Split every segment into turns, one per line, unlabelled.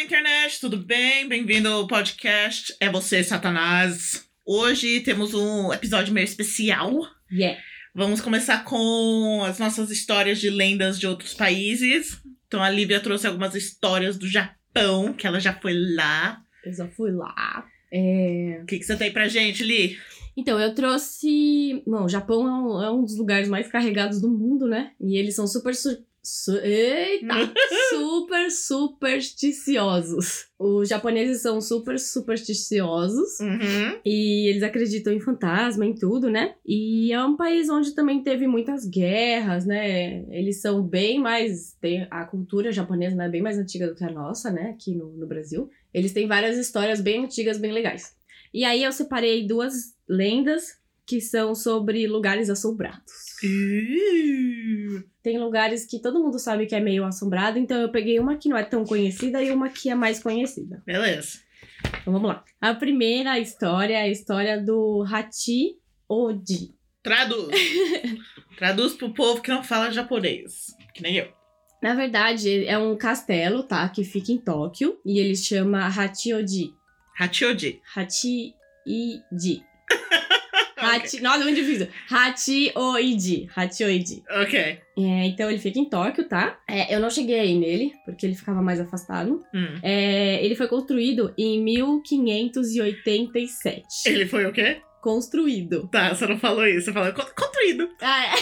internet, tudo bem? Bem-vindo ao podcast É Você, Satanás. Hoje temos um episódio meio especial.
Yeah.
Vamos começar com as nossas histórias de lendas de outros países. Então a Lívia trouxe algumas histórias do Japão, que ela já foi lá.
Eu já fui lá. É,
O que, que você tem pra gente, Li?
Então, eu trouxe. Bom, o Japão é um, é um dos lugares mais carregados do mundo, né? E eles são super. Su... su- Eita! super supersticiosos. Os japoneses são super supersticiosos.
Uhum.
E eles acreditam em fantasma, em tudo, né? E é um país onde também teve muitas guerras, né? Eles são bem mais. Tem, a cultura japonesa né, é bem mais antiga do que a nossa, né? Aqui no, no Brasil. Eles têm várias histórias bem antigas, bem legais. E aí eu separei duas lendas que são sobre lugares assombrados. Tem lugares que todo mundo sabe que é meio assombrado, então eu peguei uma que não é tão conhecida e uma que é mais conhecida.
Beleza.
Então vamos lá. A primeira história é a história do Hachi Oji.
Traduz. Traduz pro povo que não fala japonês. Que nem eu.
Na verdade, é um castelo, tá? Que fica em Tóquio. E ele chama Hachi Oji.
Hachioji.
Hachi Iji. Hachi... Nossa, é muito difícil. Hachi Oiji. Hachi Oiji.
Ok.
É, então ele fica em Tóquio, tá? É, eu não cheguei aí nele, porque ele ficava mais afastado.
Hum.
É, ele foi construído em 1587.
Ele foi o quê?
Construído.
Tá, você não falou isso. Você falou "Con- construído.
Ah, é.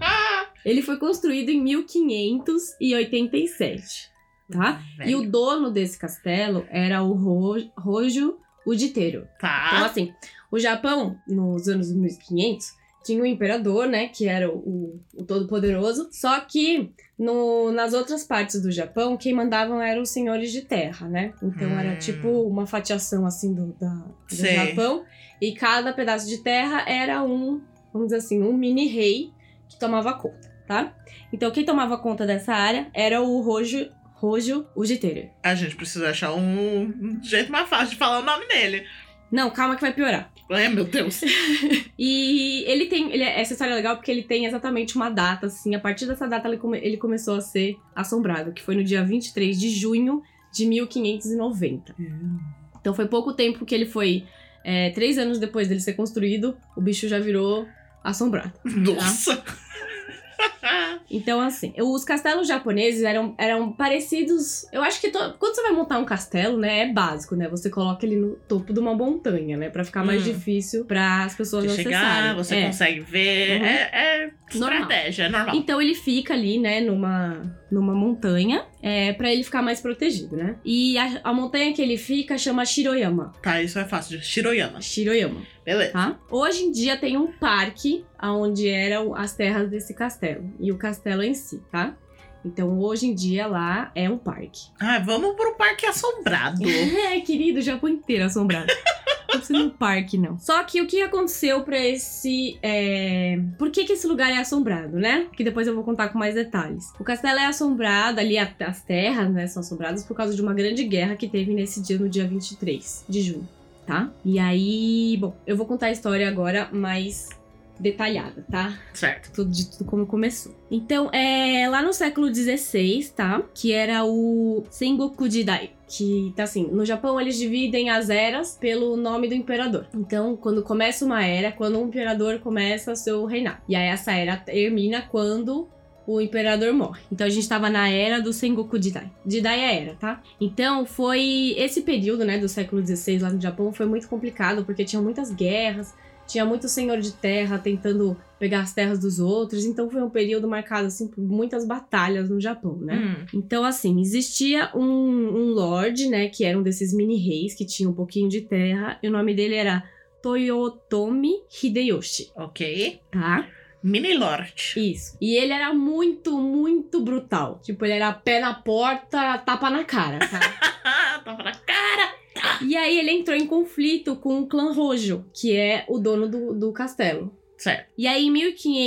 Ah!
Ele foi construído em 1587, tá? E o dono desse castelo era o Ro- Rojo Uditeiro. Então,
Tá.
assim, o Japão, nos anos 1500, tinha um imperador, né? Que era o, o- o todo-poderoso. Só que no- nas outras partes do Japão, quem mandavam eram os senhores de terra, né? Então
Hum.
era tipo uma fatiação, assim, do, da- do
Sei.
Japão. E cada pedaço de terra era um, vamos dizer assim, um mini-rei que tomava conta, tá? Então quem tomava conta dessa área era o Rojo, Rojo Ujiteiro.
A gente precisa achar um um jeito mais fácil de falar o nome dele.
Não, calma que vai piorar.
Ai, meu Deus.
E ele tem. Ele, essa história é legal porque ele tem exatamente uma data, assim. A partir dessa data ele, come- ele começou a ser assombrado, que foi no dia 23 de junho de 1590. Então foi pouco tempo que ele foi. é, três anos depois dele ser construído, o bicho já virou assombrado.
Nossa.
Então, assim, eu- os castelos japoneses eram, eram parecidos. Eu acho que to- quando você vai montar um castelo, né, é básico, né? Você coloca ele no topo de uma montanha, né? Pra ficar mais
Hum.
difícil para as pessoas
Você chegar,
acessarem.
você
É.
consegue ver.
Uhum.
É, é
Normal.
estratégia, é normal.
Então ele fica ali, né, numa, numa montanha, é, para ele ficar mais protegido, né? E a, a montanha que ele fica chama Shiroyama.
Tá, isso é fácil. de- Shiroyama.
Shiroyama,
Beleza.
tá? Hoje em dia tem um parque onde eram as terras desse castelo e o castelo em si, tá? Então hoje em dia lá é um parque.
Ah, vamos pro Parque Assombrado.
É, querido, o Japão inteiro é assombrado. Não precisa de um parque, não. Só que o que aconteceu pra esse. é, Por que, que esse lugar é assombrado, né? Que depois eu vou contar com mais detalhes. O castelo é assombrado, ali a- as terras, né, são assombradas por causa de uma grande guerra que teve nesse dia, no dia 23 de junho, tá? E aí, bom, eu vou contar a história agora mais detalhada, tá?
certo.
tudo de tudo como começou. Então, é lá no século XVI, tá? Que era o Sengoku Jidai. Que tá assim, no Japão eles dividem as eras pelo nome do imperador. Então, quando começa uma era, quando um imperador começa o seu reinado. E aí essa era termina quando o imperador morre. Então a gente tava na era do Sengoku Jidai. Jidai é era, tá? Então foi esse período, né, do século XVI lá no Japão foi muito complicado porque tinha muitas guerras, tinha muito senhor de terra tentando pegar as terras dos outros. Então foi um período marcado assim por muitas batalhas no Japão, né?
Hum,
Então, assim, existia um, um lord, né, que era um desses mini-reis que tinha um pouquinho de terra, e o nome dele era Toyotomi Hideyoshi,
ok.
tá?
Mini Lord.
Isso. E ele era muito, muito brutal. Tipo, ele era pé na porta, tapa na cara, sabe?
tá pra cara.
e aí ele entrou em conflito com o clã Rojo, que é o dono do, do castelo.
Certo.
E aí, em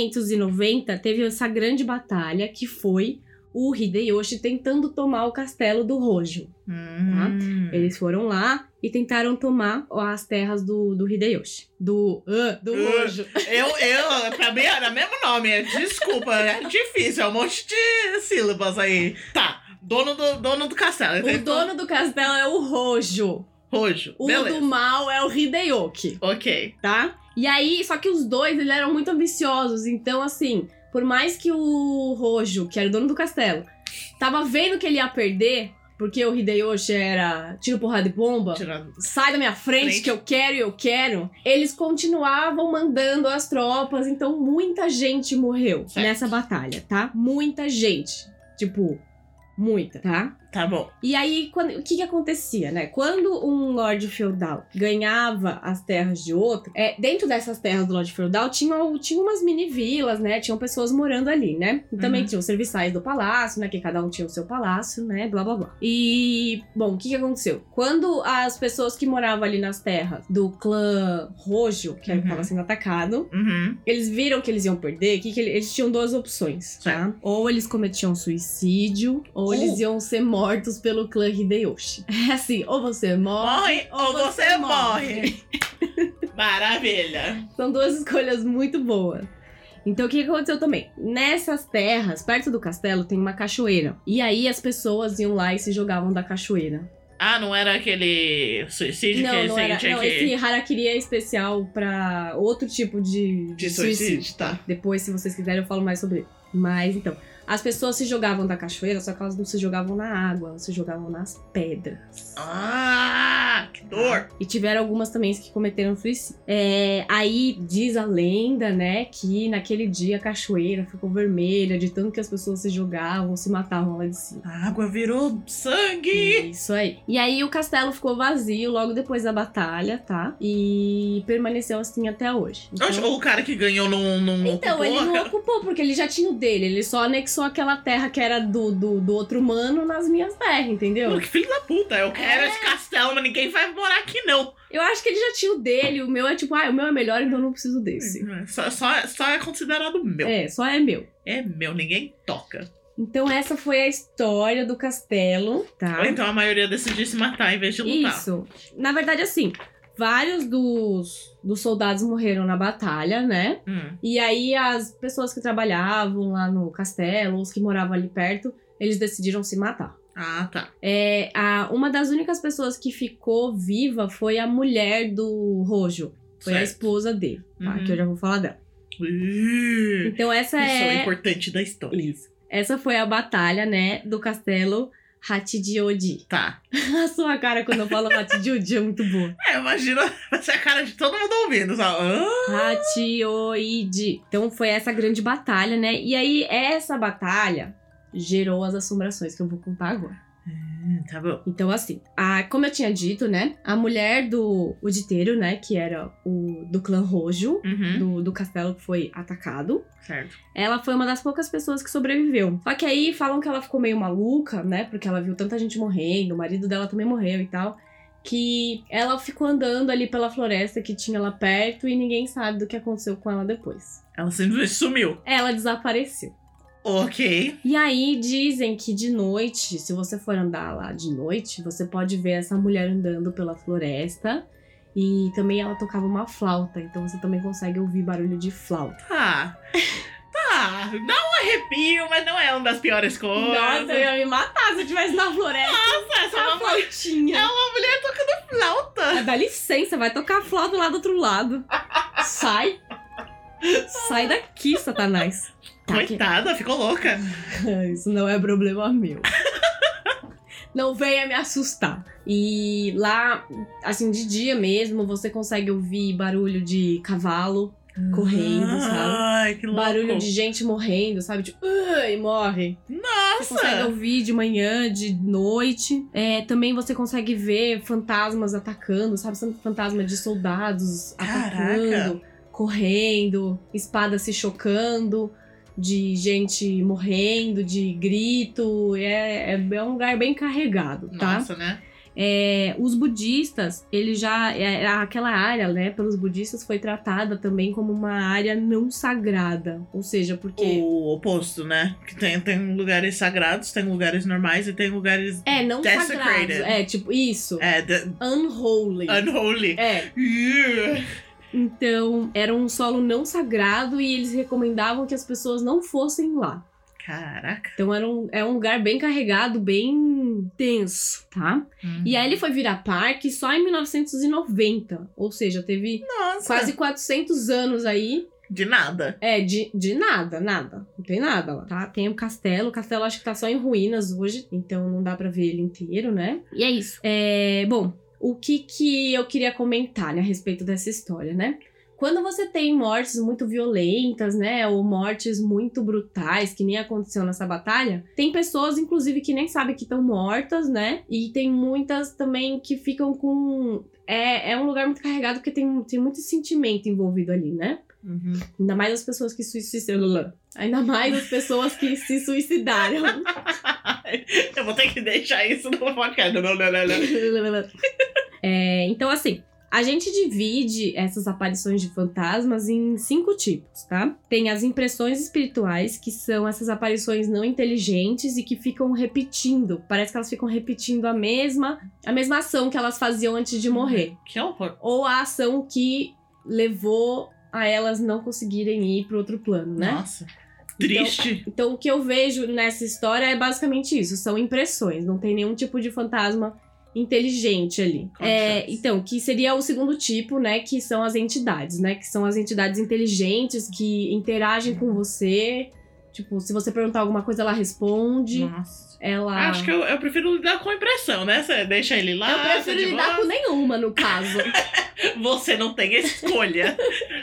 1590, teve essa grande batalha que foi o Hideyoshi tentando tomar o castelo do Rojo.
Hum.
Eles foram lá e tentaram tomar as terras do, do Hideyoshi. Do. ah, do
Ah.
Rojo.
Eu, eu, pra mim era o mesmo nome. é- Desculpa, é difícil, é um monte de sílabas aí. Tá, Dono do, dono do castelo.
O dono do castelo é o Rojo.
Rojo.
O
Beleza.
do mal é o Hideyoki,
Ok.
tá? E aí, só que os dois eles eram muito ambiciosos, então assim, por mais que o Rojo, que era o dono do castelo, tava vendo que ele ia perder, porque o Hideyoshi era tiro porrada e bomba.
Tirando.
Sai da minha frente,
Frente.
que eu quero e eu quero. Eles continuavam mandando as tropas, então muita gente morreu
Certo.
nessa batalha, tá? Muita gente. Tipo, muita, tá?
Tá bom.
E aí, quando- o que que acontecia, né? Quando um Lorde Feudal ganhava as terras de outro, é, dentro dessas terras do Lorde Feudal tinham, tinham umas mini vilas, né? Tinham pessoas morando ali, né? E também
Uhum.
tinham os serviçais do palácio, né? Que cada um tinha o seu palácio, né? Blá, blá, blá. E, bom, o que que aconteceu? Quando as pessoas que moravam ali nas terras do clã Rojo, que
Uhum.
estava sendo atacado,
Uhum.
eles viram que eles iam perder, que, que ele- eles tinham duas opções, tá? Ou eles cometiam suicídio, ou
Uh.
eles iam ser mortos pelo clã Hideyoshi. É assim, ou você morre.
Morre ou você morre. Maravilha.
São duas escolhas muito boas. Então o que que aconteceu também? Nessas terras, perto do castelo, tem uma cachoeira. E aí as pessoas iam lá e se jogavam da cachoeira.
Ah, não era aquele suicídio que
não,
eles
não era.
tinha
Não,
que...
esse harakiri é especial pra outro tipo de,
De suicídio, tá.
Depois, se vocês quiserem, eu falo mais sobre ele. Mas então, as pessoas se jogavam da cachoeira, só que elas não se jogavam na água, elas se jogavam nas pedras.
Ah, que dor.
E tiveram algumas também que cometeram suicídio. É, aí diz a lenda, né, que naquele dia a cachoeira ficou vermelha, de tanto que as pessoas se jogavam, se matavam lá de cima.
A água virou sangue.
Isso aí. E aí o castelo ficou vazio logo depois da batalha, tá? E permaneceu assim até hoje. Então-
Oxe, Ou o cara que ganhou não, não
Então,
ocupou
ele não
aquela-
ocupou, porque ele já tinha o dele. Ele só anexou aquela terra que era do, do, do outro humano nas minhas terras, entendeu?
Mano, que filho da puta, eu quero
É.
esse castelo, mas ninguém vai morar aqui, não.
Eu acho que ele já tinha o dele. O meu é tipo, ah, o meu é melhor, então eu não preciso desse.
Só, só, só é considerado meu. É.
É, só é meu.
meu, ninguém toca.
Então, essa foi a história do castelo, tá?
Ou então a maioria decidiu se matar em vez de lutar.
Isso. Na verdade, assim, vários dos, dos soldados morreram na batalha, né?
Hum.
E aí as pessoas que trabalhavam lá no castelo, os que moravam ali perto, eles decidiram se matar.
Ah, tá.
É, a, uma das únicas pessoas que ficou viva foi a mulher do Rojo. Foi a
Certo.
esposa dele, tá?
Uhum.
Que eu já vou falar dela.
Ih,
Então essa
Isso é o
é...
importante da história.
Isso. Essa foi a batalha, né, do castelo Hatidioji.
Tá.
A sua cara quando eu falo Hatidioji é muito boa.
É, imagina vai ser a cara de todo mundo ouvindo. Só, "Hã?"
Hatioide. Então foi essa grande batalha, né? E aí, essa batalha gerou as assombrações que eu vou contar agora.
Hum, tá bom.
Então, assim, a, como eu tinha dito, né? A mulher do Uditeiro, né? Que era o do clã Rojo,
Uhum.
do, do castelo que foi atacado.
Certo.
Ela foi uma das poucas pessoas que sobreviveu. Só que aí falam que ela ficou meio maluca, né? Porque ela viu tanta gente morrendo, o marido dela também morreu e tal. Que ela ficou andando ali pela floresta que tinha lá perto e ninguém sabe do que aconteceu com ela depois.
Ela simplesmente sumiu.
Ela desapareceu.
Ok.
E aí dizem que de noite, se você for andar lá de noite, você pode ver essa mulher andando pela floresta. E também ela tocava uma flauta, então você também consegue ouvir barulho de flauta.
Tá. Tá. Dá um arrepio, mas não é uma das piores coisas.
Nossa, eu ia me matar se eu estivesse na floresta.
Nossa, essa é
Uma
uma
flautinha.
É uma mulher tocando flauta.
Ah, Dá licença, vai tocar a flauta lá do outro lado. Sai. Sai daqui, Satanás. Tá, que-
Coitada, ficou louca.
Isso não é problema meu. Não venha me assustar. E lá, assim, de dia mesmo, você consegue ouvir barulho de cavalo,
Ah,
Correndo, sabe?
Ai, que louco.
barulho de gente morrendo, sabe? Tipo, "Ai, morre. Você consegue
Nossa!
ouvir de manhã, de noite. É, também você consegue ver fantasmas atacando, sabe? Fantasma de soldados atacando, correndo, espadas se chocando, de gente morrendo, de grito. É, é- é um lugar bem carregado, tá?
Nossa, né?
É, os budistas, ele já. é, aquela área, né, pelos budistas foi tratada também como uma área não sagrada. Ou seja, porque.
O oposto, né? Que tem, tem lugares sagrados, tem lugares normais e tem lugares.
É, não sagrado.
Desecrated.
É, tipo, isso.
É, de-
Unholy.
unholy.
É,
Ih,
então era um solo não sagrado e eles recomendavam que as pessoas não fossem lá.
Caraca.
Então era um, é um lugar bem carregado, bem tenso, tá? E aí ele foi virar parque só em 1990. Ou seja, teve
Nossa.
quase 400 anos aí
De nada.
É, de, de nada, nada. Não tem nada lá, tá? Tem o castelo. O castelo acho que tá só em ruínas hoje, então não dá pra ver ele inteiro, né? E é isso. É, bom, o que que eu queria comentar né, a respeito dessa história, né? Quando você tem mortes muito violentas, né? Ou mortes muito brutais, que nem aconteceu nessa batalha, tem pessoas, inclusive, que nem sabem que estão mortas, né? E tem muitas também que ficam com. É, é um lugar muito carregado porque tem, tem muito sentimento envolvido ali, né?
Uhum.
Ainda mais as pessoas que suicidaram. Ainda mais as pessoas que se suicidaram.
Eu vou ter que deixar isso no podcast. Não, não, não, não.
É, então, assim, a gente divide essas aparições de fantasmas em cinco tipos, tá? Tem as impressões espirituais, que são essas aparições não inteligentes e que ficam repetindo. Parece que elas ficam repetindo a mesma, a mesma ação que elas faziam antes de morrer.
Que horror.
Ou a ação que levou a elas não conseguirem ir para outro plano, né?
Nossa. Triste.
Então, o que eu vejo nessa história é basicamente isso: são impressões, não tem nenhum tipo de fantasma inteligente ali.
Com
É,
certeza.
então, que seria o segundo tipo, né? Que são as entidades, né? Que são as entidades inteligentes que interagem com você. Tipo, se você perguntar alguma coisa, ela responde.
Nossa.
Ela.
Acho que eu, eu prefiro lidar com a impressão, né? Você deixa ele lá.
eu prefiro
tá de
lidar
boa.
com nenhuma, no caso.
Você não tem escolha.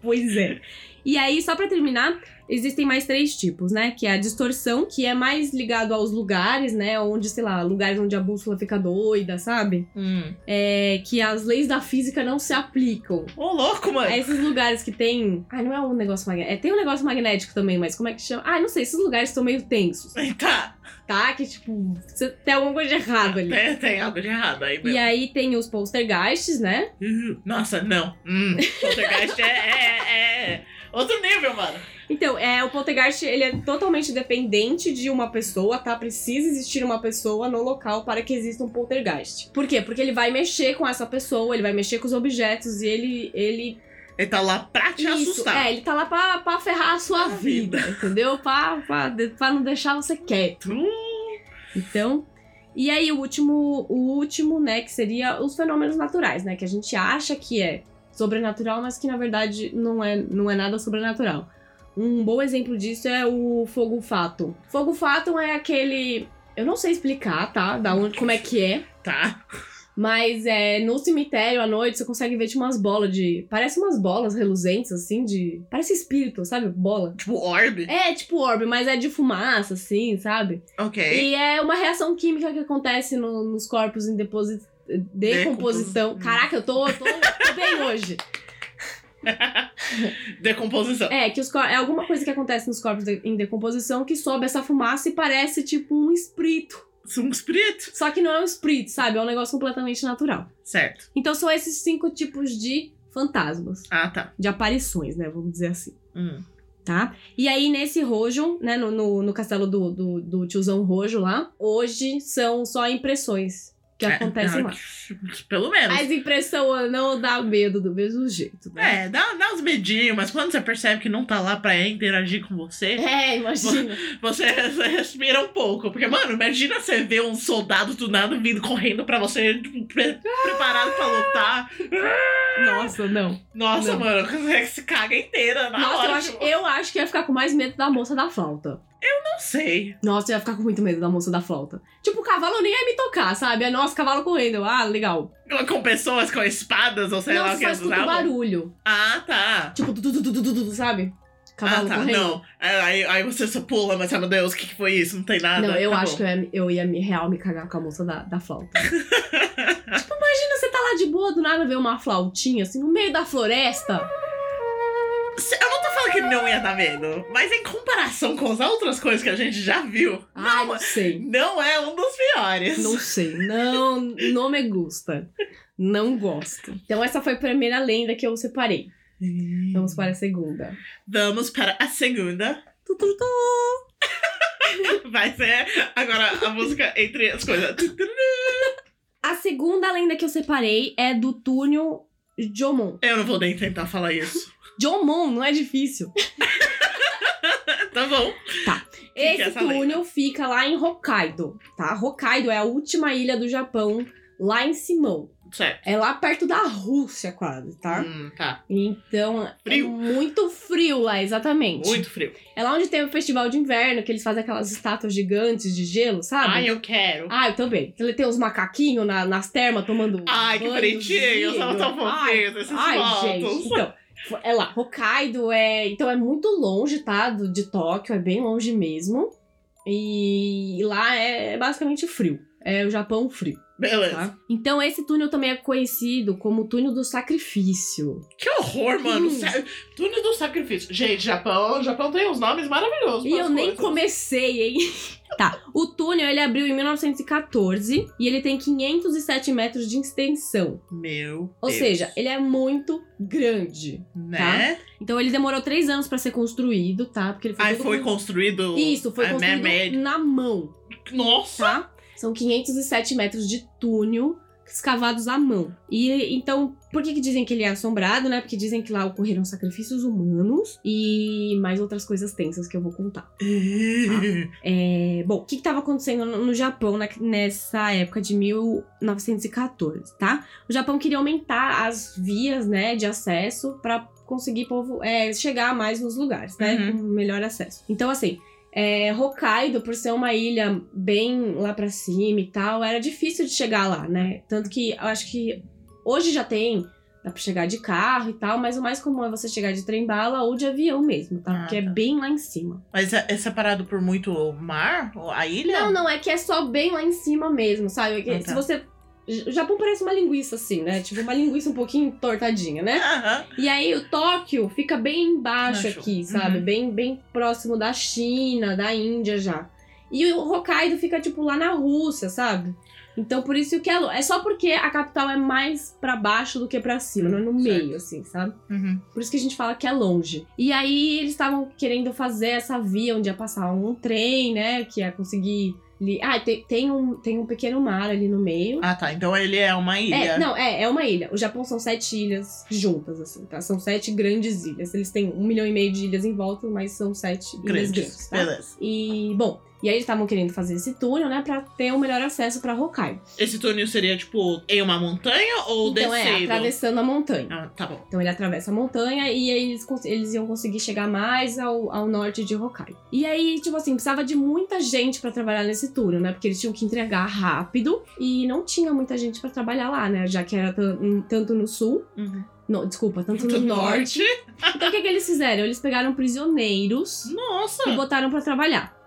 Pois é. E aí, só pra terminar, existem mais três tipos, né? Que é a distorção, que é mais ligado aos lugares, né? Onde, sei lá, lugares onde a bússola fica doida, sabe?
hum.
É que as leis da física não se aplicam.
Ô, louco, mano.
A esses lugares que tem. Ah, não é um negócio magnético. É, tem um negócio magnético também, mas como é que chama? Ah, não sei, esses lugares estão meio tensos,
Tá.
tá? Que tipo, você tem alguma coisa de errado ali.
Tem, tem algo de errado aí, meu.
E aí tem os poltergeists, né?
Uhum. Nossa, não. Hum. Poltergeist é, é, é- é outro nível, mano.
Então, é, o poltergeist, ele é totalmente dependente de uma pessoa, tá? Precisa existir uma pessoa no local para que exista um poltergeist. Por quê? Porque ele vai mexer com essa pessoa, ele vai mexer com os objetos e ele, ele
Ele tá lá pra te assustar.
É, ele tá lá pra, pra ferrar a sua
A vida.
vida, entendeu? Pra, pra, de- pra não deixar você quieto.
Hum.
Então. E aí, o último, o último, né, que seria os fenômenos naturais, né? Que a gente acha que é sobrenatural, mas que na verdade não é, não é nada sobrenatural. Um bom exemplo disso é o fogo fato. Fogo fato é aquele. Eu não sei explicar, tá? Da onde, como é que é.
Tá.
Mas é, no cemitério à noite você consegue ver tipo umas bolas de. Parece umas bolas reluzentes, assim, de. Parece espírito, sabe? Bola.
Tipo, orb.
É tipo orbe, mas é de fumaça, assim, sabe?
Ok.
E é uma reação química que acontece no- nos corpos em deposi- decomposição.
Decomposição.
Caraca, eu tô, eu tô, tô bem hoje.
Decomposição.
É, que os cor- é alguma coisa que acontece nos corpos de- em decomposição que sobe essa fumaça e parece tipo um espírito.
Um espírito.
Só que não é um espírito, sabe? É um negócio completamente natural.
Certo.
Então são esses cinco tipos de fantasmas.
Ah, tá.
de aparições, né? Vamos dizer assim,
Hum.
tá? E aí, nesse Rojo, né? No, no, no castelo do, do, do tiozão Rojo lá, hoje são só impressões que
É,
acontecem lá.
não, que- Pelo menos.
As impressões não dá medo do mesmo jeito, né?
É, dá, dá uns medinhos, mas quando você percebe que não tá lá pra interagir com você,
É, imagina.
você, você respira um pouco. Porque, mano, imagina você ver um soldado do nada vindo correndo pra você, tipo, pre- preparado pra lutar.
Nossa, não.
Nossa,
Não.
mano, você se caga inteira na
Nossa,
hora.
eu acho,
tipo,
eu acho que ia ficar com mais medo da moça da flauta.
Não sei.
Nossa, eu ia ficar com muito medo da moça da flauta. Tipo, o cavalo nem ia me tocar, sabe? É, Nossa, cavalo correndo. Ah, legal.
Com pessoas com espadas ou sei
não,
lá o
só
que é eles
escuta o
usavam.
barulho.
Ah, tá.
Tipo, du, du, du, du, du, du, du, sabe? Cavalo
ah, tá.
correndo.
Não. É, Aí, aí você só pula, mas, ah, meu Deus, o que, que foi isso? Não tem nada.
Não, eu
Tá
acho
bom.
que eu ia, eu ia me real me cagar com a moça da, da flauta. tipo, imagina você tá lá de boa, do nada ver uma flautinha assim no meio da floresta.
Se- Eu não tô falando que não ia dar medo, mas em comparação com as outras coisas que a gente já viu,
Ai,
não,
não sei.
não é um dos piores.
Não sei. Não, não me gusta. Não gosto. Então essa foi a primeira lenda que eu separei. Vamos para a segunda.
Vamos para a segunda.
Tu, tu, tu.
Vai ser agora a música entre as coisas.
A segunda lenda que eu separei é do túnel Jomon.
Eu não vou nem tentar falar isso.
Jomon, não é difícil.
Tá bom. que é
Esse
essa lenda?
túnel fica lá em Hokkaido, tá? Hokkaido é a última ilha do Japão, lá em Simão.
Certo.
É lá perto da Rússia, quase, tá?
Hum, tá.
Então,
Frio.
é muito frio lá, exatamente.
Muito frio.
É lá onde tem o festival de inverno, que eles fazem aquelas estátuas gigantes de gelo, sabe?
Ai, eu quero.
Ah, eu também. Ele tem uns macaquinhos na- nas termas tomando.
Ai, que bonitinho.
banhozinho.
São tão
Ai,
fofinhos esses
Ai,
fotos.
gente, então. fo- É lá, Hokkaido é. Então é muito longe, tá? Do, de Tóquio, é bem longe mesmo. E lá é, basicamente frio. É o Japão frio,
Beleza.
tá? Então esse túnel também é conhecido como túnel do sacrifício.
Que horror, mano.
Sim.
Sério. Túnel do sacrifício. Gente, Japão, Japão tem uns nomes maravilhosos.
E
pras
eu nem
coisas.
comecei, hein? Tá, o túnel ele abriu em 1914 e ele tem 507 metros de extensão.
Meu.
Ou
Deus.
seja, ele é muito grande.
né?
Então ele demorou três anos pra ser construído, tá? Porque ele foi,
Aí
todo
foi
con-
construído.
Isso, foi
a
construído
man-made.
na mão,
Nossa!
tá? São 507 metros de túnel escavados à mão. E então, por que, que dizem que ele é assombrado, né? Porque dizem que lá ocorreram sacrifícios humanos e mais outras coisas tensas que eu vou contar. É, bom, o que estava acontecendo no no Japão na- nessa época de 1914, tá? O Japão queria aumentar as vias, né, de acesso para conseguir povo, é, chegar mais nos lugares, né,
Uhum.
com melhor acesso. Então, assim, é, Hokkaido, por ser uma ilha bem lá para cima e tal, era difícil de chegar lá, né? Tanto que eu acho que hoje já tem dá pra chegar de carro e tal, mas o mais comum é você chegar de trem-bala ou de avião mesmo, tá?
Ah,
Porque
tá.
é bem lá em cima.
Mas é, é separado por muito mar? Ou A ilha?
Não, não, é que é só bem lá em cima mesmo, sabe? É que
Ah, tá.
Se você. O Japão parece uma linguiça, assim, né? Tipo, uma linguiça um pouquinho tortadinha, né?
Aham.
E aí o Tóquio fica bem embaixo
Acho.
aqui, sabe?
Uhum.
Bem, bem próximo da China, da Índia já. E o Hokkaido fica, tipo, lá na Rússia, sabe? Então, por isso que é. lo- É só porque a capital é mais pra baixo do que pra cima, não é no
Certo.
meio, assim, sabe?
Uhum.
Por isso que a gente fala que é longe. E aí eles estavam querendo fazer essa via onde ia passar um trem, né? Que ia conseguir. li- Ah, tem, tem, um, tem um pequeno mar ali no meio.
Ah, tá. Então ele é uma ilha.
É, não, é, é uma ilha. O Japão são sete ilhas juntas, assim, tá? São sete grandes ilhas. Eles têm um milhão e meio de ilhas em volta, mas são sete ilhas
Grandes.
grandes, tá?
Beleza.
E, bom, e aí eles estavam querendo fazer esse túnel, né? Pra ter um melhor acesso pra Hokkaido.
Esse túnel seria, tipo, em uma montanha ou
então é,
descendo?
atravessando a montanha.
Ah, tá bom.
Então ele atravessa a montanha e aí eles, cons- eles iam conseguir chegar mais ao, ao norte de Hokkaido. E aí, tipo assim, precisava de muita gente pra trabalhar nesse túnel, né? Porque eles tinham que entregar rápido e não tinha muita gente pra trabalhar lá, né? Já que era tan- um- tanto no sul.
Uhum.
No, desculpa, tanto
Do
no norte. Então o que, que eles fizeram? Eles pegaram prisioneiros
Nossa!
e Tá. botaram pra trabalhar.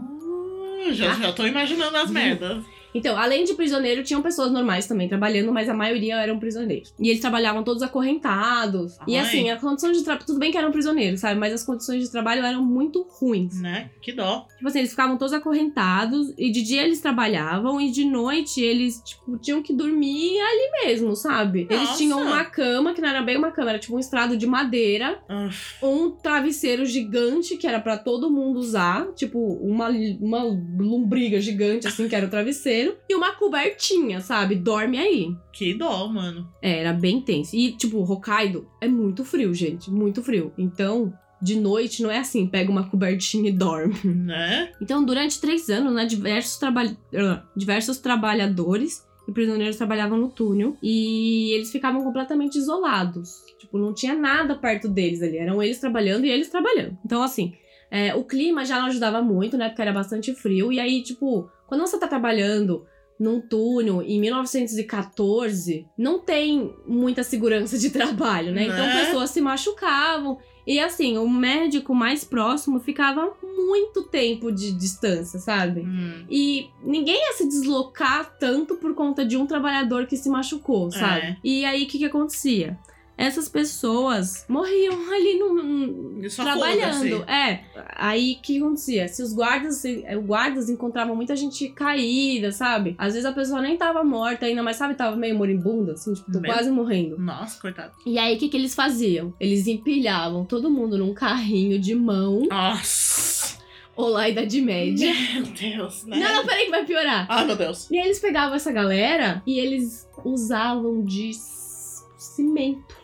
Ah, já, já tô imaginando
Uhum.
as merdas.
Então, além de prisioneiro, tinham pessoas normais também trabalhando, mas a maioria eram prisioneiros. E eles trabalhavam todos acorrentados. E
Ai.
assim, a condição de trabalho. Tudo bem que eram prisioneiros, sabe? Mas as condições de trabalho eram muito ruins.
Né? Que dó.
Tipo assim, eles ficavam todos acorrentados, e de dia eles trabalhavam, e de noite eles, tipo, tinham que dormir ali mesmo, sabe? Eles
Nossa.
tinham uma cama, que não era bem uma cama, era tipo um estrado de madeira,
Uf,
um travesseiro gigante que era pra todo mundo usar, tipo uma, uma lombriga gigante assim que era o travesseiro e uma cobertinha, sabe? Dorme aí.
que dó, mano.
É, era bem tenso. E tipo, Hokkaido é muito frio, gente, muito frio. Então, de noite não é assim, pega uma cobertinha e dorme.
Né?
Então, durante três anos, né, diversos, traba- ah, diversos trabalhadores e prisioneiros trabalhavam no túnel e eles ficavam completamente isolados. Tipo, não tinha nada perto deles ali. Eram eles trabalhando e eles trabalhando. Então, assim, é, o clima já não ajudava muito, né, porque era bastante frio. E aí, tipo, quando você tá trabalhando num túnel em 1914, não tem muita segurança de trabalho, né? Então,
Né?
pessoas se machucavam. E assim, o médico mais próximo ficava a muito tempo de distância, sabe?
Hum,
E ninguém ia se deslocar tanto por conta de um trabalhador que se machucou, sabe?
É.
E aí o que, que acontecia? Essas pessoas morriam ali no,
e só
trabalhando.
foda-se.
É. Aí o que acontecia? Se os guardas, se, eh, os guardas encontravam muita gente caída, sabe? Às vezes a pessoa nem tava morta ainda, mas sabe, tava meio moribunda, assim, tipo, tô
Meu.
quase morrendo.
Nossa, coitado.
E aí o que, que eles faziam? Eles empilhavam todo mundo num carrinho de mão,
Nossa.
ou lá Idade Média.
Meu Deus, né?
Não, não, peraí que vai piorar.
Ai, meu Deus.
E aí eles pegavam essa galera e eles usavam de c- cimento.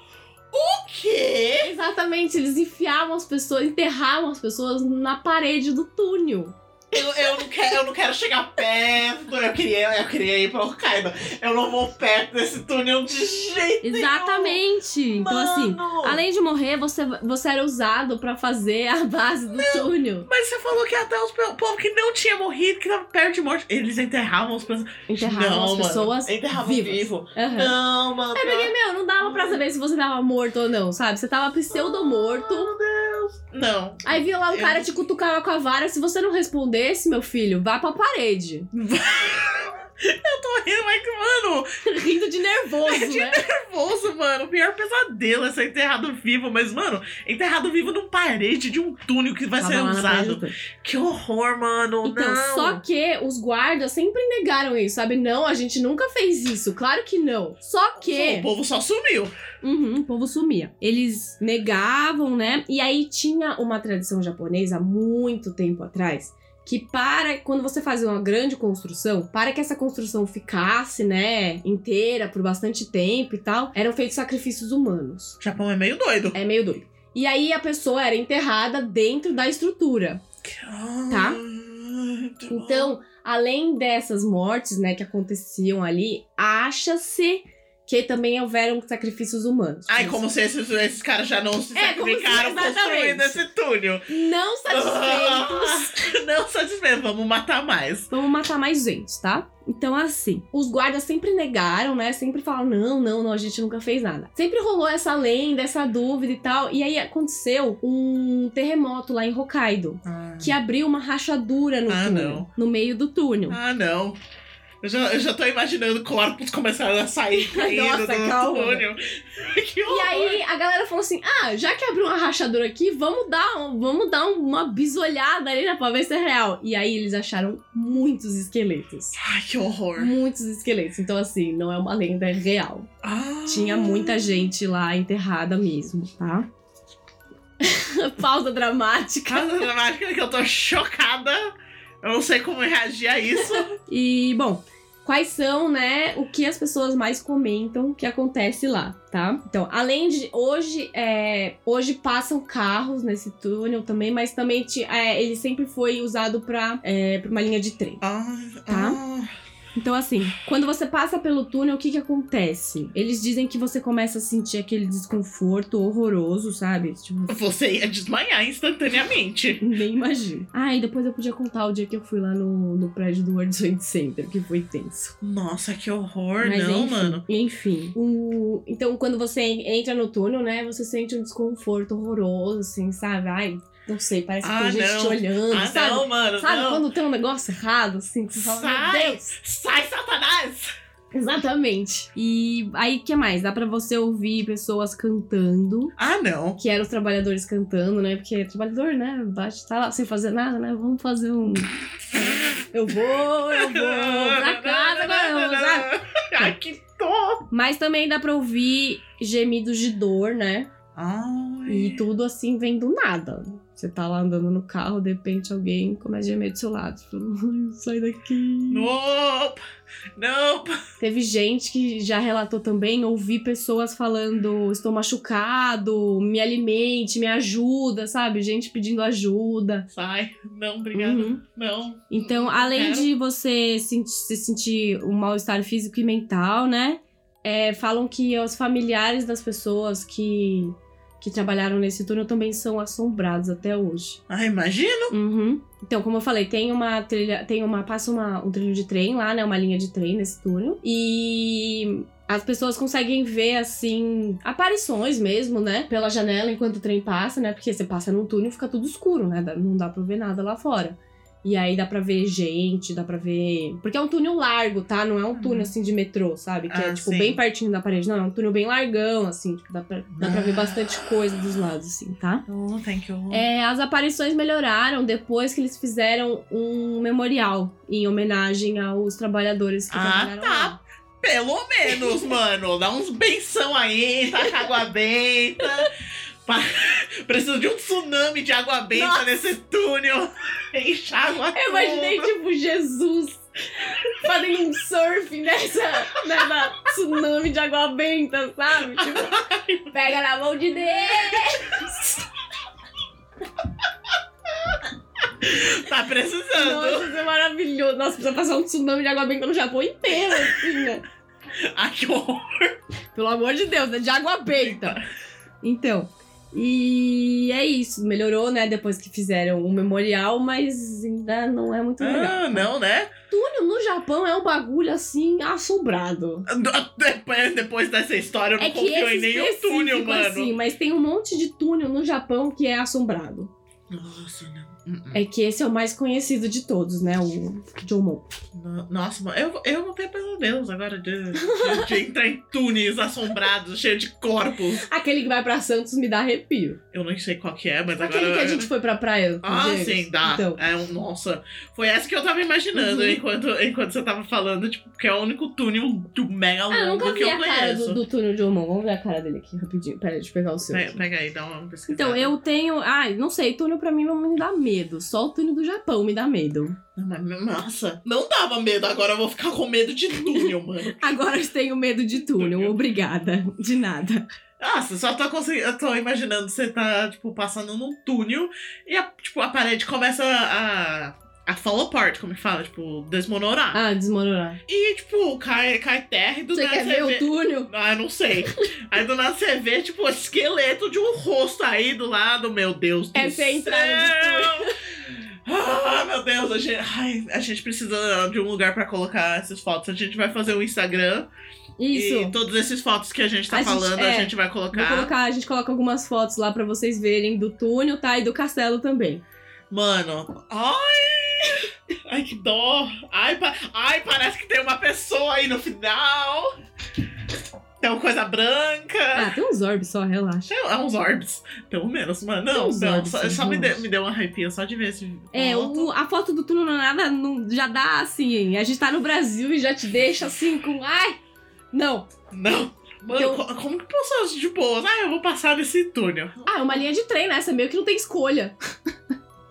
O quê? quê?
Exatamente, eles enfiavam as pessoas, enterravam as pessoas na parede do túnel.
Eu, eu, não, quero, eu não quero chegar perto. Eu queria, eu queria ir pra Hokkaido. Eu não vou perto desse túnel de jeito nenhum.
Exatamente. Então, assim,
Mano!
além de morrer, você, você era usado pra fazer a base do túnel.
Mas você falou que até os pe- o povo que não tinha morrido, que tava perto de morte, eles enterravam os pessoas.
Enterravam
não,
as
mano.
pessoas
Enterravam
vivas.
vivo.
Aham.
Não, mano.
É porque, meu, não dava pra saber se você tava morto ou não, sabe? Você tava pseudo-morto.
Meu Deus. Não.
Aí vinha lá um
Eu-
cara te cutucava com a vara. Se você não respondesse, meu filho, vá pra parede.
Tô rindo, mas que, mano,
Tá Rindo de nervoso, né?
nervoso, mano. O pior pesadelo é ser enterrado vivo. Mas, mano, enterrado vivo num parede de um túnel que vai
Tava
ser
lá na parede do
usado.
túnel.
Que horror, mano.
Então,
não.
só que os guardas sempre negaram isso, sabe? Não, a gente nunca fez isso, claro que não. Só
O
que
povo só sumiu.
Uhum, o povo sumia. Eles negavam, né? E aí tinha uma tradição japonesa há muito tempo atrás. Que para, quando você fazia uma grande construção, para que essa construção ficasse, né, inteira por bastante tempo e tal, eram feitos sacrifícios humanos.
O Japão é meio doido.
É meio doido. E aí a pessoa era enterrada dentro da estrutura. Tá?
Muito bom.
Então, além dessas mortes, né, que aconteciam ali, acha-se que também houveram sacrifícios humanos.
Ai, como se esses, esses caras já não se
É, como se-
sacrificaram construindo
exatamente. Tá
esse túnel.
Não satisfeitos.
Não satisfeito, vamos matar mais.
Vamos matar mais gente, tá? Então, assim, os guardas sempre negaram, né? Sempre falaram: não, não, não, a gente nunca fez nada. Sempre rolou essa lenda, essa dúvida e tal. E aí aconteceu um terremoto lá em Hokkaido, que abriu uma rachadura no
Ah,
túnel,
não.
no meio do túnel.
Ah, não. Eu já, eu já tô imaginando corpos começaram a sair caindo
Nossa,
do
calma.
túnel. que
E
horror.
aí a galera falou assim: ah, já que abriu uma rachadura aqui, vamos dar, um- vamos dar uma bisolhada ali, né, pra ver se é real. E aí eles acharam muitos esqueletos.
Ai, que horror.
Muitos esqueletos. Então, assim, não é uma lenda, é real.
Ah.
Tinha muita gente lá enterrada mesmo, tá? Pausa dramática.
Casa dramática que eu tô chocada. Eu não sei como reagir a isso.
E, bom, quais são, né, o que as pessoas mais comentam que acontece lá, tá? Então, além de hoje, é, hoje passam carros nesse túnel também, mas também ti- é, ele sempre foi usado pra, é, pra uma linha de trem.
Ah,
Tá?
ah.
Então, assim, quando você passa pelo túnel, o que que acontece? Eles dizem que você começa a sentir aquele desconforto horroroso, sabe? Tipo,
Você ia desmaiar instantaneamente.
nem imagino. Ah, e depois eu podia contar o dia que eu fui lá no, no prédio do World Trade Center, que foi tenso.
Nossa, que horror.
Mas
não,
enfim,
mano.
Enfim. O- Então, quando você entra no túnel, né? Você sente um desconforto horroroso, assim, sabe? Ai, não sei, parece que
Ah,
tem gente
não.
te olhando,
Ah,
sabe?
não, mano.
Sabe
não.
quando tem um negócio errado, assim, que você fala,
Sai!
meu Deus!
Sai, Satanás!
Exatamente. E aí, o que mais? Dá pra você ouvir pessoas cantando,
Ah, não.
que eram os trabalhadores cantando, né? Porque trabalhador, né? Bate, tá lá sem fazer nada, né? Vamos fazer um... Eu vou, eu vou pra casa agora, eu vou, sabe?
Ai, que dó!
Mas também dá pra ouvir gemidos de dor, né?
Ai.
E tudo assim vem do nada. Você tá lá andando no carro, de repente alguém começa a gemer do seu lado. Tipo, "Ai, sai daqui.
Nope! Nope!
Teve gente que já relatou também, ouvi pessoas falando: estou machucado, me alimente, me ajuda, sabe? Gente pedindo ajuda.
Sai. Não, obrigada.
Uhum.
Não.
Então, além
Quero.
de você senti- se sentir um mal-estar físico e mental, né? é, falam que os familiares das pessoas que, que trabalharam nesse túnel também são assombrados até hoje.
Ah, imagina.
Uhum. Então, como eu falei, tem uma trilha, tem uma passa uma- um trilho de trem lá, né, uma linha de trem nesse túnel e as pessoas conseguem ver assim aparições mesmo, né, pela janela enquanto o trem passa, né, porque você passa num túnel e fica tudo escuro, né, dá- não dá pra ver nada lá fora. E aí dá pra ver gente, dá pra ver. Porque é um túnel largo, tá? Não é um túnel
Uhum.
assim de metrô, sabe? Que é
Ah,
tipo
sim.
bem pertinho da parede. Não, é um túnel bem largão, assim. Tipo, dá pra, dá
Ah.
pra ver bastante coisa dos lados, assim, tá?
Oh, thank you.
É, as aparições melhoraram depois que eles fizeram um memorial em homenagem aos trabalhadores que
Ah,
trabalharam
tá.
lá.
Pelo tá menos, mano. Dá uns benção aí, taca água benta. Pa- Preciso de um tsunami de água benta
Nossa.
nesse túnel. Enxágua
Eu
É.
imaginei, tipo, Jesus fazendo um surf nessa, nessa tsunami de água benta, sabe? Tipo, pega na mão de Deus!
Tá precisando.
Nossa, isso é maravilhoso! Nossa, precisa passar um tsunami de água benta no Japão inteiro, assim, né?
Ai, que horror.
Pelo amor de Deus, é de água benta. Então, e é isso. Melhorou, né? Depois que fizeram o memorial, mas ainda não é muito legal.
Ah, não, né?
Túnel no Japão é um bagulho assim assombrado.
Depois- Depois dessa história, eu não
É que
confio
esse
em nenhum
específico,
túnel, mano.
assim, mas tem um monte de túnel no Japão que é assombrado.
Nossa, não. Hum,
É que esse é o mais conhecido de todos, né? O Jomon.
hum. No- Nossa, mano, eu, eu vou ter pesadelos agora de, de- de entrar em túneis assombrados, cheio de corpos.
Aquele que vai pra Santos me dá arrepio.
Eu não sei qual que é, mas
Aquele
agora.
que a gente foi pra praia.
Ah,
Diego.
sim, dá.
Então,
É um, nossa, foi essa que eu tava imaginando
Uhum.
enquanto, enquanto você tava falando, tipo, que é o único túnel do mega
Ah, eu
longo
nunca
que
vi
eu
a cara
conheço. É,
do, do túnel de Omon. Vamos ver a cara dele aqui rapidinho. Pera, deixa eu pegar o seu.
Pe-
aqui.
Pega aí, dá uma pesquisa.
Então, eu tenho. Ai, não sei, túnel pra mim não me dá medo. Só o túnel do Japão me dá medo.
Nossa, não dava medo, agora eu vou ficar com medo de túnel, mano.
Agora eu tenho medo de túnel. Obrigada. De nada.
Nossa, só tô conseguindo. Eu tô imaginando você tá, tipo, passando num túnel e a, tipo, a parede começa a. A fall apart, como que fala? Tipo, desmoronar.
Ah, desmoronar.
E, tipo, cai, cai terra e do
Você
nada
quer
você
ver
vê-
o túnel?
Ah, não sei. Aí do nada você vê, tipo, o esqueleto de um rosto aí do lado, meu Deus do
Essa é a
céu.
entrada de
Ah, meu Deus, a gente, ai, a gente precisa de um lugar pra colocar essas fotos. A gente vai fazer um Instagram
Isso.
e todas essas fotos que a gente tá
A gente-
falando,
é.
a gente vai
Vou
colocar.
colocar, a gente coloca algumas fotos lá pra vocês verem do túnel, tá? E do castelo também.
Mano, ai! Ai, que dó! Ai, pa- ai, parece que tem uma pessoa aí no final! Tem uma coisa branca!
Ah, tem uns orbes só, relaxa.
É, é uns orbs. Pelo menos, mano. Não,
uns
não.
orbs,
Só,
uns
só me,
orbs.
deu, me deu uma arrepia só de ver esse.
É,
foto.
o- a foto do túnel não é nada não- já dá assim. A gente tá no Brasil e já te deixa assim com. Ai! Não!
Não. Mano,
Eu-
co- como que pessoas de boas? Ah, eu vou passar nesse túnel.
Ah, é uma linha de trem, né? Essa meio que não tem escolha.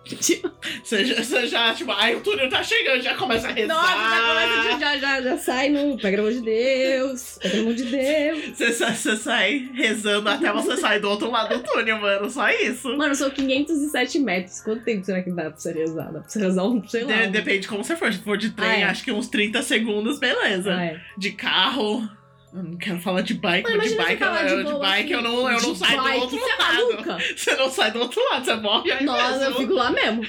Tipo,
Você já, você já, tipo, ai, o túnel tá chegando, já começa a rezar.
nossa, já começa de, já, já, já sai no. Pelo amor de Deus! Pelo amor de Deus!
Você, sa- você sai rezando até você sair do outro lado do túnel, mano. Só isso.
Mano, são 507 metros. Quanto tempo será que dá pra você rezar? Dá pra você rezar um, sei lá.
De-
um-
depende de como você for. Se for de trem,
Ah, é.
acho que uns 30 segundos, beleza.
Ah, é.
De carro. Eu não quero falar de bike,
Mano,
mas de
imagina
bike,
você
eu,
falar de
eu- é- de
boa, assim,
bike eu não, eu
De
não saio
bike,
do outro
você é
lado.
maluca?
Você não sai do outro lado, você morre aí
Nossa, eu
mesmo.
fico lá mesmo.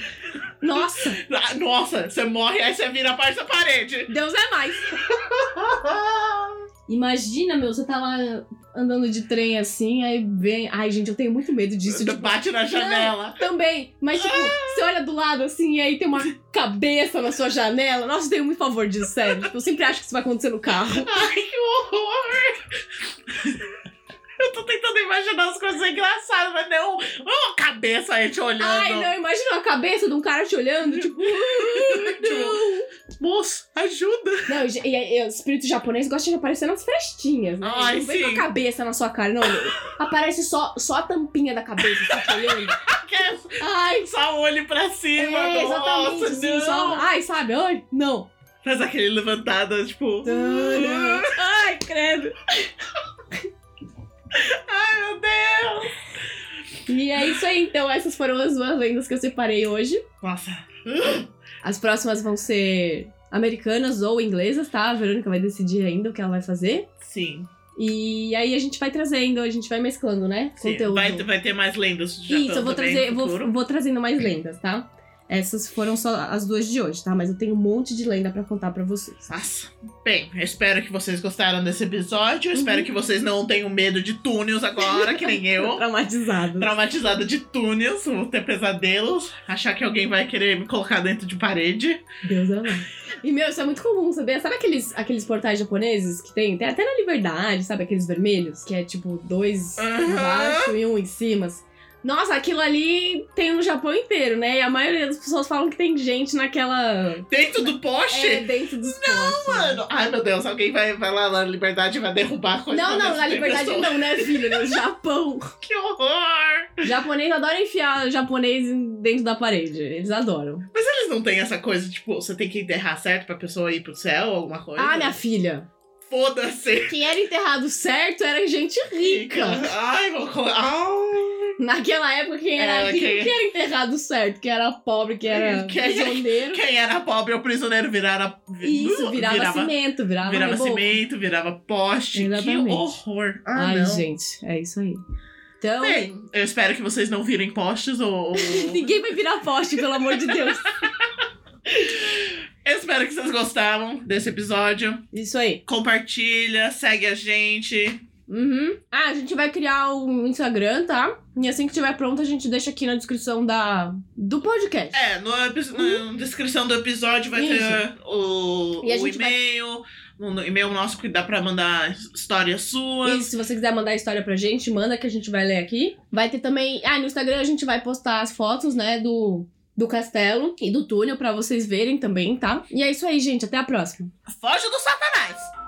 Nossa,
Ah, Nossa, você morre aí você vira a parte da parede.
Deus é mais. Imagina, meu, você tá lá andando de trem assim, aí vem. Ai, gente, eu tenho muito medo disso. tipo,
Bate na janela.
também. Mas, tipo, você olha do lado assim, e aí tem uma cabeça na sua janela. Nossa, eu tenho muito favor disso, sério. Tipo, eu sempre acho que isso vai acontecer no carro.
Ai, que horror! Eu tô tentando imaginar as coisas engraçadas, mas não. Uma cabeça aí te olhando.
Ai, não, imagina a cabeça de um cara te olhando, tipo. Não,
Tipo, Moço, ajuda!
Não, e, e- e o espírito japonês gosta de aparecer nas festinhas, né?
Ai,
Ele não vem
sim.
com a cabeça na sua cara, não. Ele- Aparece só, só a tampinha da cabeça, só te olhando.
Quer
Ai,
só olho pra cima.
é, exatamente.
Nossa,
assim,
não.
só- ai, sabe? Ai, não.
Faz aquele levantado, tipo.
Tadã. Ai, credo.
Ai, meu Deus!
E é isso aí, então. Essas foram as duas lendas que eu separei hoje.
Nossa,
As próximas vão ser americanas ou inglesas, tá? A Verônica vai decidir ainda o que ela vai fazer.
sim.
E aí a gente vai trazendo, a gente vai mesclando, né?
sim. Vai, vai ter mais lendas do Japão
Isso, eu vou
também
trazer,
no futuro.
vou, vou trazendo mais lendas, tá? Essas foram só as duas de hoje, tá? Mas eu tenho um monte de lenda pra contar pra vocês. tá?
Nossa. Bem, eu espero que vocês gostaram desse episódio. Eu espero
Uhum.
que vocês não tenham medo de túneis agora, que nem eu.
Traumatizado.
Traumatizada de túneis, vou ter pesadelos, achar que alguém vai querer me colocar dentro de parede.
Deus amado. E, meu, isso é muito comum, sabia? Sabe aqueles, aqueles portais japoneses que tem? Tem até na Liberdade, sabe? Aqueles vermelhos, que é tipo dois
Aham.
embaixo e um em cima. Nossa, aquilo ali tem no Japão inteiro, né? E a maioria das pessoas falam que tem gente naquela.
Dentro do poste?
É, dentro dos Não,
Mano, ai meu Deus, alguém vai, vai lá na liberdade e vai derrubar a coisa. tipo.
Não,
pra
não,
ver se
na
tem
Liberdade
pessoa.
não, né, filho? No Japão.
Que horror!
Japonês adora enfiar japonês dentro da parede. Eles adoram.
Mas eles não têm essa coisa, tipo, você tem que enterrar certo pra pessoa ir pro céu ou alguma coisa?
Ah, minha filha.
Foda-se!
Quem era enterrado certo era gente rica.
Ai, vou colocar. Ai,
Naquela época, quem era
É,
rico,
quem-
quem era enterrado certo, quem era pobre, quem era
Quem-
prisioneiro.
Quem era pobre ou prisioneiro virava.
Isso, virava,
uh, virava
cimento, virava,
Virava
reboco.
cimento, virava poste.
Exatamente.
Que horror. Ah,
Ai,
não. É.
gente, é isso aí. Então,
Bem, eu espero que vocês não virem postes ou. ou-
ninguém vai virar poste, pelo amor de Deus.
eu espero que vocês gostaram desse episódio.
Isso aí.
Compartilha, segue a gente.
Uhum. Ah, a gente vai criar um Instagram, tá? E assim que tiver pronto, a gente deixa aqui na descrição da... do podcast.
É, no epi- na descrição do episódio vai ter o,
Uhum. E a
o
gente vai-
e-mail. No no e-mail nosso que dá pra mandar histórias
E
suas.
se você quiser mandar história pra gente, manda que a gente vai ler aqui. Vai ter também. Ah, no Instagram a gente vai postar as fotos, né? Do, do castelo e do túnel pra vocês verem também, tá? E é isso aí, gente. Até a próxima.
Foge do Satanás!